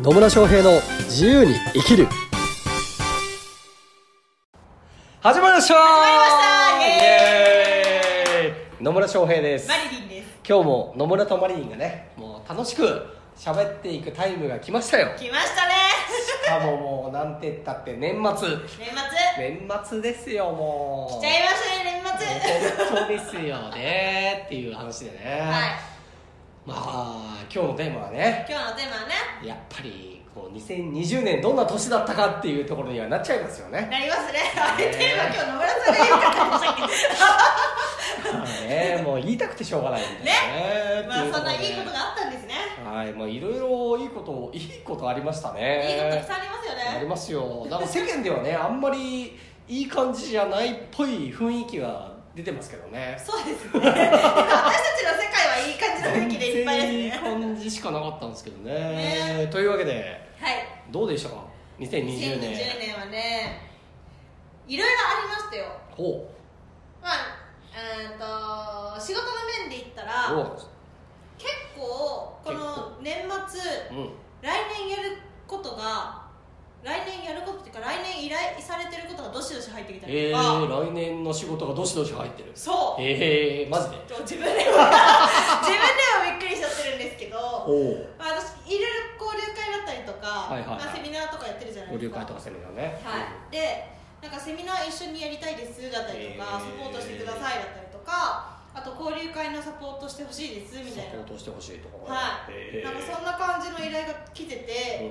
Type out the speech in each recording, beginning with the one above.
野村翔平の自由に生きる始まりましたまりましたイエーイ野村翔平ですマリリンです。今日も野村とマリリンがねもう楽しく喋っていくタイムが来ましたよ来ましたね。しかももうなんて言ったって年末年末。年末ですよもう来ちゃいましたね、年末。本当ですよねっていう話でね、はい。まあ今日のテーマはね今日のテーマはね、やっぱりこう2020年どんな年だったかっていうところにはなっちゃいますよねなりますね。あれテーマ今日野村さんが言うからでしたっねもう言いたくてしょうがないんだよねけ。まあそんないいことがあったんですね。がはいもういろいろいいこといいことありましたいいことたねくさんありますよありね。ますよなんか世間ではねあんまりいい感じじゃないっぽい雰囲気が出てますけどねそうですね。私たちの世界はいい感じの雰囲気でいっぱい全然いいですね。感じしかなかったんですけどねねというわけではい。どうでしたか2020 2020年年はね、いろいろありましたよ。ほまあ、うんと仕事の面で言ったうら、ほ結構この年末。ううん来年やることが来年やることっていうか来年依頼されてることがどしどし入ってきたえりとか、ー、来年の仕事がどしどし入ってるそうえー、マジで自分でも 自分でもびっくりしちゃってるんですけど、おおまあ、私いろいろ交流会だったりとか、はいはいはいまあ、セミナーとかやってるじゃない交流です会かとかセミナーねはいでなんかセミナー一緒にやりたいですだったりとえか、ーサポートしてくださいだったりとかあと交流会のサポートしてほしいですサみたいなポートしてほしいとかはい、えーなんかそんな感じの依頼が来てて、うん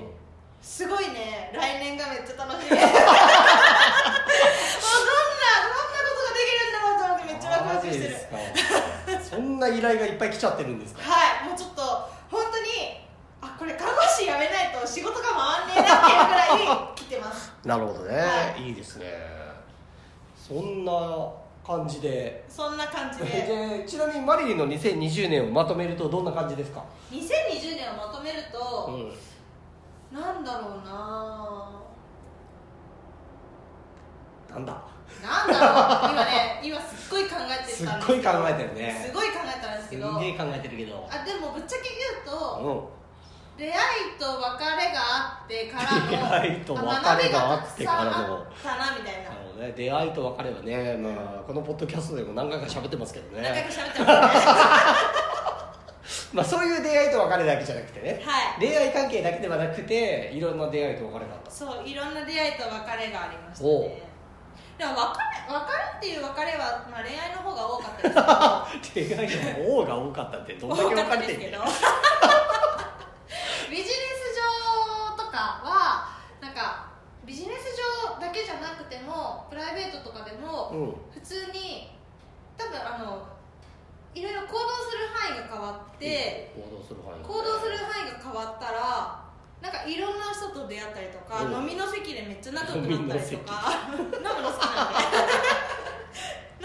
すごいね来年がめっ ちゃ楽しみもうどんなどんなことができるんだろうと思ってめっちゃワクワクしてるマジですかそんな依頼がいっぱい来ちゃってるんですかはいもうちょっと本当にあこれ看護師辞めないと仕事が回んねえなっていうぐらい来てます なるほどね、、はいいですねそんな感じでそんな感じででちなみにマリリンの2020年をまとめるとどんな感じですか、 2020年をまとめるうと、ん、なんだろうななんだなんだろう今ね今すっごい考えてすったんですごい考えてるねすごい考えたんですけどすんげえ考えてるけどあでもぶっちゃけ言うと、うん出会いと別れがあってからの出会いと別れがあってからのあ学びがたくさんあったなみたいなあのね、出会いと別れはね、まあ、このポッドキャストでも何回か喋ってますけど何回ね、か喋ってますねまあ、そういう出会いと別れだけじゃなくてね、はい恋愛関係だけではなくていろんな出会いと別れがあったそういろんな出会いと別れがありましたおうねでも別れ別れっていう別れは、まあ、恋愛の方が多かったですけど出会いの王が多か ったってどんだけ多かった別でれすてけんどのビジネス上とかはなんかビジネス上だけじゃなくてもプライベートとかでも、うん普通に多分あのいろいろ行動する範囲が変わって、行動する範囲行動する範囲が変わったらなんかいろんな人と出会ったりとか、うん飲みの席でめっちゃ仲良くなったりとか飲むの好きなん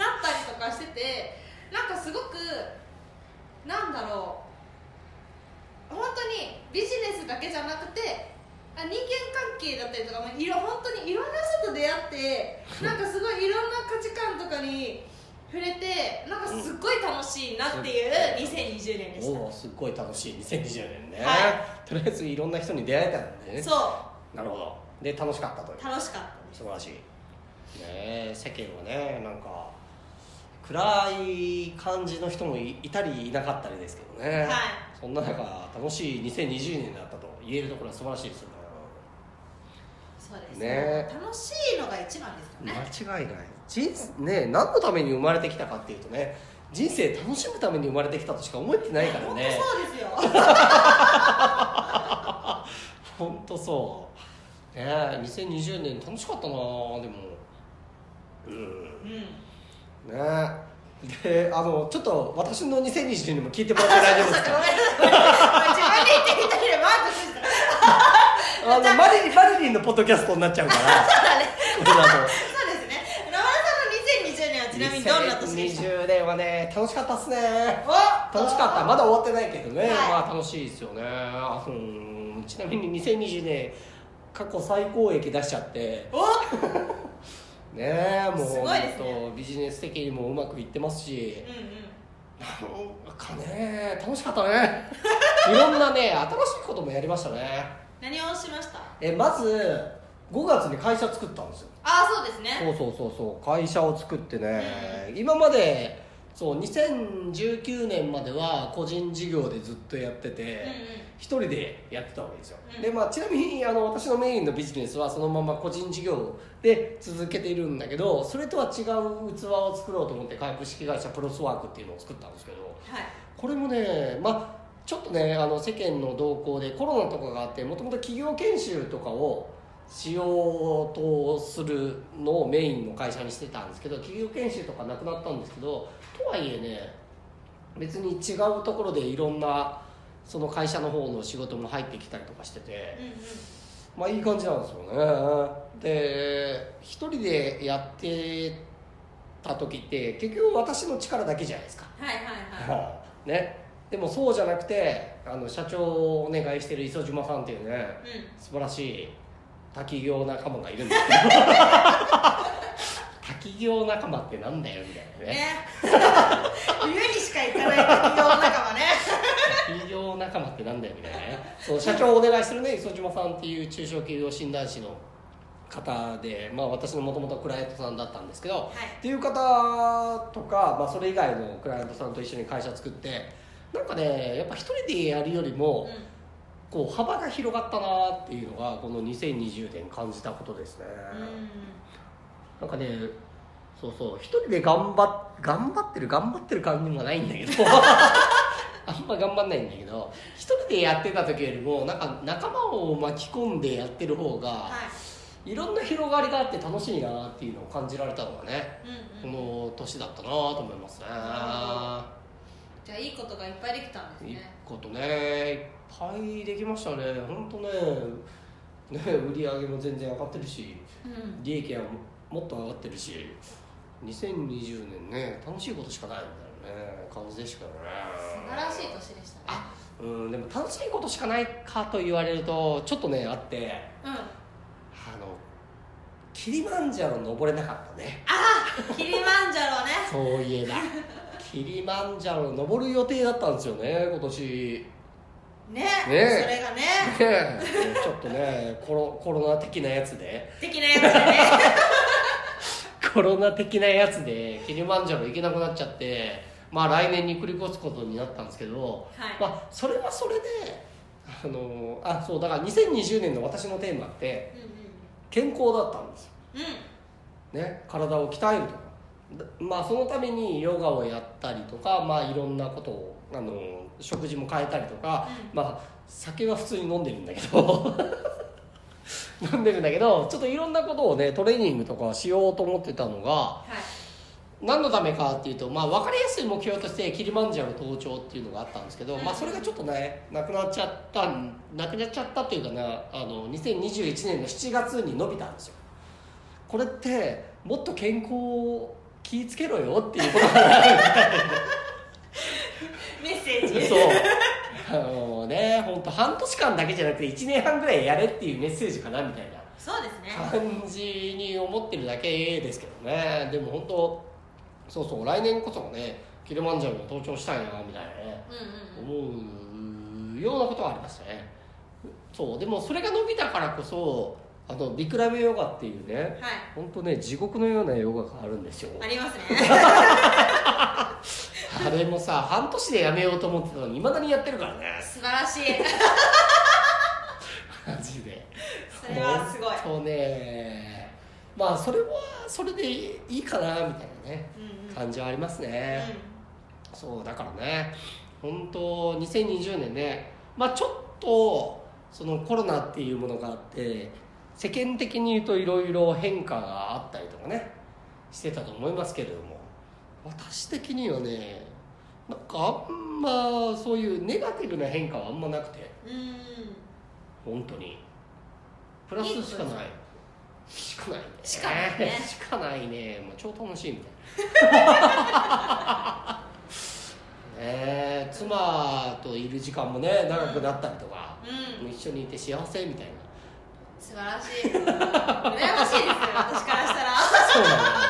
で なったりとかしててなんかすごくなんだろう本当にビジネスだけじゃなくてあ人間関係だったりとかもいろ本当にいろんな人と出会ってなんかすごいいろんな価値観とかに触れてなんかすっごい楽しいなっていう2020年でした、おーすっごい楽しい2020年ね、はとりあえずいろんな人に出会えたんでねそなるほどで楽しかったというう楽しかった素晴らしいねえ世間はねなんか暗い感じの人もいいたりいなかったりですけどね、はいそんな中楽しい2020年だったと言えるところは素晴らしいですよそうですね楽しいのが一番ですかね間違いない人生ね何のために生まれてきたかっていうとね人生楽しむために生まれてきたとしか思ってないからね本当そうですよは本当そうねえ2020年楽しかったなでもうんい、うん、ねであのちょっと私の2020にも聞いてもらって大丈夫ですごか めんなさい自分で言ってみたりで満足してたあのマリリンマリリンのポッドキャストになっちゃうからこれだとそうですね野村さんの2020年はちなみにどんな年でした2020年はね楽しかったっすねお楽しかったまだ終わってないけどね、はいまあ楽しいですよねあうんちなみに2020年過去最高益出しちゃっておねえもうすごいですねほんとビジネス的にもうまくいってますしうんうん なんかね楽しかったねいろんなね新しいこともやりましたねね何をしましたえまず5月に会社作ったんですよああそうですねそうそうそうそう会社を作ってね、今までそう2019年までは個人事業でずっとやっててうんうん一、人でやってたわけですよ、うんでまあ、ちなみにあの私のメインのビジネスはそのまま個人事業で続けているんだけどそれとは違う器を作ろうと思って株式会社プロスワークっていうのを作ったんですけどはいこれもねまあちょっとねあの世間の動向でコロナとかがあってもともと企業研修とかをしようとするのをメインの会社にしてたんですけど企業研修とかなくなったんですけどとはいえね別に違うところでいろんなその会社の方の仕事も入ってきたりとかしててうんうんまあいい感じなんですよねで一人でやってた時って結局私の力だけじゃないですかはいはいはいはいね、でもそうじゃなくてあの社長をお願いしてる磯島さんっていうねうん素晴らしい滝行仲間がいるん ですけど滝行仲間ってなんだよみたいなねね冬にしか行かない企業仲間ね滝行仲間ってなんだよみたいなねそう社長をお願いしてるね磯島さんっていう中小企業診断士の方で、まあ、私のもともとクライアントさんだったんですけどはいっていう方とか、まあ、それ以外のクライアントさんと一緒に会社作ってなんかねやっぱ一人でやるよりも、うんこう幅が広がったなっていうのがこの2020年感じたことですね、うなんかねそうそう一人で頑張っ頑張ってる頑張ってる感じもないんだけ どあんま頑張んないんだけど一人でやってた時よりもなんか仲間を巻き込んでやってる方が、んはいい、ろんな広がりがあって楽しいなっていうのを感じられたのがねうんこうんの年だったなと思いますねなじゃあいいことがいっぱいできたんですいいねことねいっぱいできましたね本当ねね売り上げも全然上がってるしうん利益はもっと上がってるし2020年ね楽しいことしかないみたいなね感じでしたね素晴らしい年でしたねうんでも楽しいことしかないかと言われるとちょっとねあってうあのキリマンジャロ登れなかったねんキリマンジャロねそうい えばキリマンジャロ登る予定だったんですよね今年ねそねれがねねえ ちょっとねコロコロナ的なやつで 的なやつだねコロナ的なやつでキリマンジャロ行けなくなっちゃってまあ来年に繰り越すことになったんですけど、はいまあ、それはそれであのあそうだから2020年の私のテーマってうん健康だったんですよ、うんうんね、体を鍛えるとかだまあそのためにヨガをやったりとかまあいろんなことをあの食事も変えたりとか、まあ酒は普通に飲んでるんだけど 飲んでるんだけどちょっといろんなことをねトレーニングとかしようと思ってたのがはい何のためかっていうと、まあ、分かりやすい目標としてキリマンジャロ登頂っていうのがあったんですけど、まあ、それがちょっとねなくなっちゃったんなくなっちゃったというかなあの2021年の7月に伸びたんですよこれってもっと健康を気ぃつけろよっていうことがメッセー ジそうあのね本当半年間だけじゃなくて1年半ぐらいやれっていうメッセージかなみたいなそうですね感じに思ってるだけですけどねでも本当そうそう来年こそねキリマンジャロに登頂したいなみたいなねうんうんうん思うようなことがありましたねそうでもそれが伸びたからこそあのビクラメヨガっていうねはい本当ね地獄のようなヨガがあるんですよありますねあれもさ半年でやめようと思ってたのにいまだにやってるからね素晴らしいマジでそれはすごいそうねまあそれはそれでいいかなみたいなねうんうん感じはありますね、うそうだからね本当2020年ねまあちょっとそのコロナっていうものがあって世間的に言うといろいろ変化があったりとかねしてたと思いますけれども私的にはねなんかあんまそういうネガティブな変化はあんまなくてんうん本当にプラスしかないしかないねしかないねしかないねもう超楽しいみ たいなねえ妻といる時間もね長くなったりとか、うん一緒にいて幸せみたいな素晴らしい羨ましいですよ私からしたらそうなんだね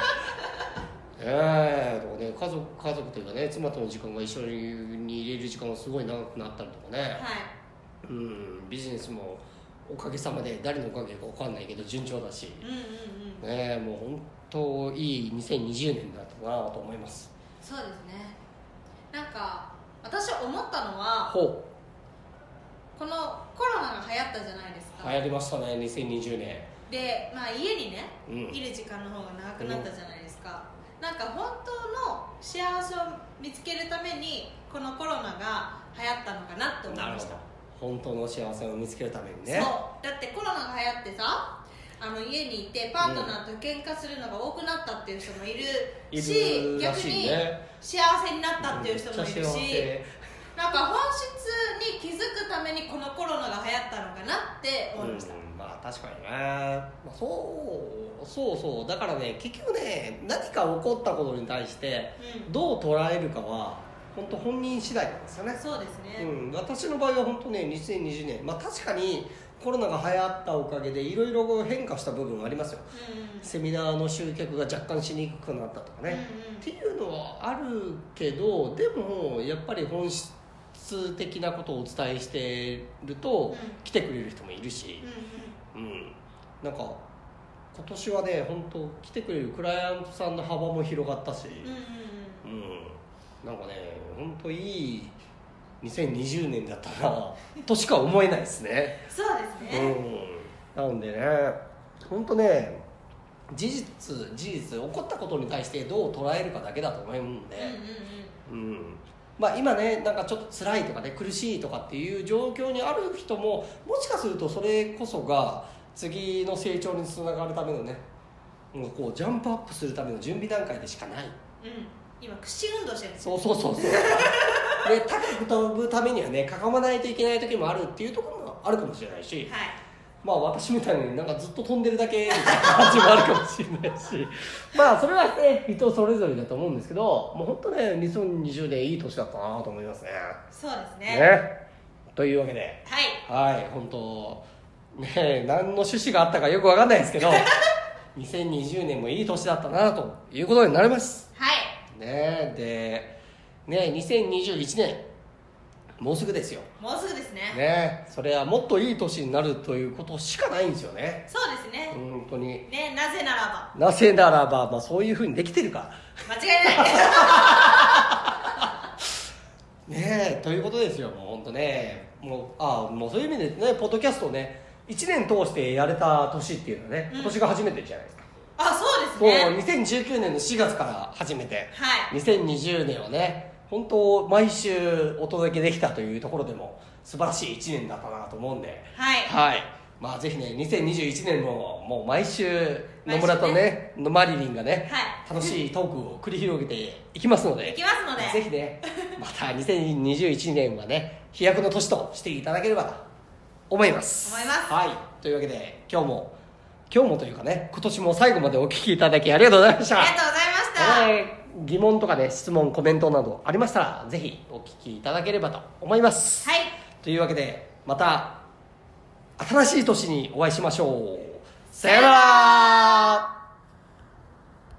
えとかね家族家族というかね妻との時間が一緒にいれる時間がすごい長くなったりとかね、はいうん、ビジネスもおかげさまで誰のおかげか分かんないけど順調だし、うんうんうんねえもう本当いい2020年だったなと思いますそうですねなんか私思ったのはほこのコロナが流行ったじゃないですうか、流行りましたね2020年で、まあ、家にねうんいる時間の方が長くなったじゃないですか、なんか本当の幸せを見つけるためにこのコロナが流行ったのかなって思いました本当の幸せを見つけるためにねそうだってコロナが流行ってさあの家にいてパートナーと喧嘩するのが多くなったっていう人もいるしいるら逆しいにね幸せになったっていう人もいめるっちゃ幸し、せなんか本質に気づくためにこのコロナが流行ったのかなって思いました、うん、まあ確かにね、まあ、そうそうそうだからね結局ね何か起こったことに対してうんどう捉えるかは本当本人次第なんですよね、そうですね、うん、私の場合は本当ね2020年まあ確かにコロナが流行ったおかげでいろいろ変化した部分はありますよセミナーの集客が若干しにくくなったとかうんうんね、っていうのはあるけどでもやっぱり本質的なことをお伝えしてると、うん来てくれる人もいるしうん、うん、なんか今年はね本当来てくれるクライアントさんの幅も広がったし、うんうんうんうんなんかね本当いい2020年だったなとしか思えないですね。そうですうね、ん、なのでね本当ね事実事実起こったことに対してどう捉えるかだけだと思うんで、うん、うんうんうんまあ、今ねなんかちょっと辛いとかね苦しいとかっていう状況にある人ももしかするとそれこそが次の成長につながるためのねもうこうジャンプアップするための準備段階でしかないうん今口運動してるんですよそうそうそうそうで高く飛ぶためにはね囲まないといけない時もあるっていうところもあるかもしれないしはいまあ私みたいになんかずっと飛んでるだけみたいな感じもあるかもしれないしまあそれはね人それぞれだと思うんですけどもう本当ね2020年いい年だったなと思いますね。そうですねね、というわけではいはい本当ね何の趣旨があったかよくわかんないですけど2020年もいい年だったなということになりますはいねでね2021年もうすぐですよもうすぐですねねそれはもっといい年になるということしかないんですよねそうですね、本当にねなぜならばなぜならば、まあ、そういうふうにできてるか間違いない ねえということですよもう本当ねもうあもうそういう意味でねポッドキャストをね1年通してやれた年っていうのはねうん今年が初めてじゃないですか、あそうですねもう2019年の4月から始めてはい2020年をね本当毎週お届けできたというところでも素晴らしい1年だったなと思うんではいはいまあぜひね2021年ももう毎週野毎週ね村とねのマリリンがねは楽しいトークを繰り広げていきますのでいいきますのでぜひね、また2021年はね、飛躍の年としていただければと思います。思いますはい。というわけで、今日も、今日もというかね、今年も最後までお聞きいただきありがとうございました。ありがとうございました、えー疑問とかね、質問、コメントなどありましたら、ぜひお聞きいただければと思います。はいというわけで、また、新しい年にお会いしましょう。さよなさよら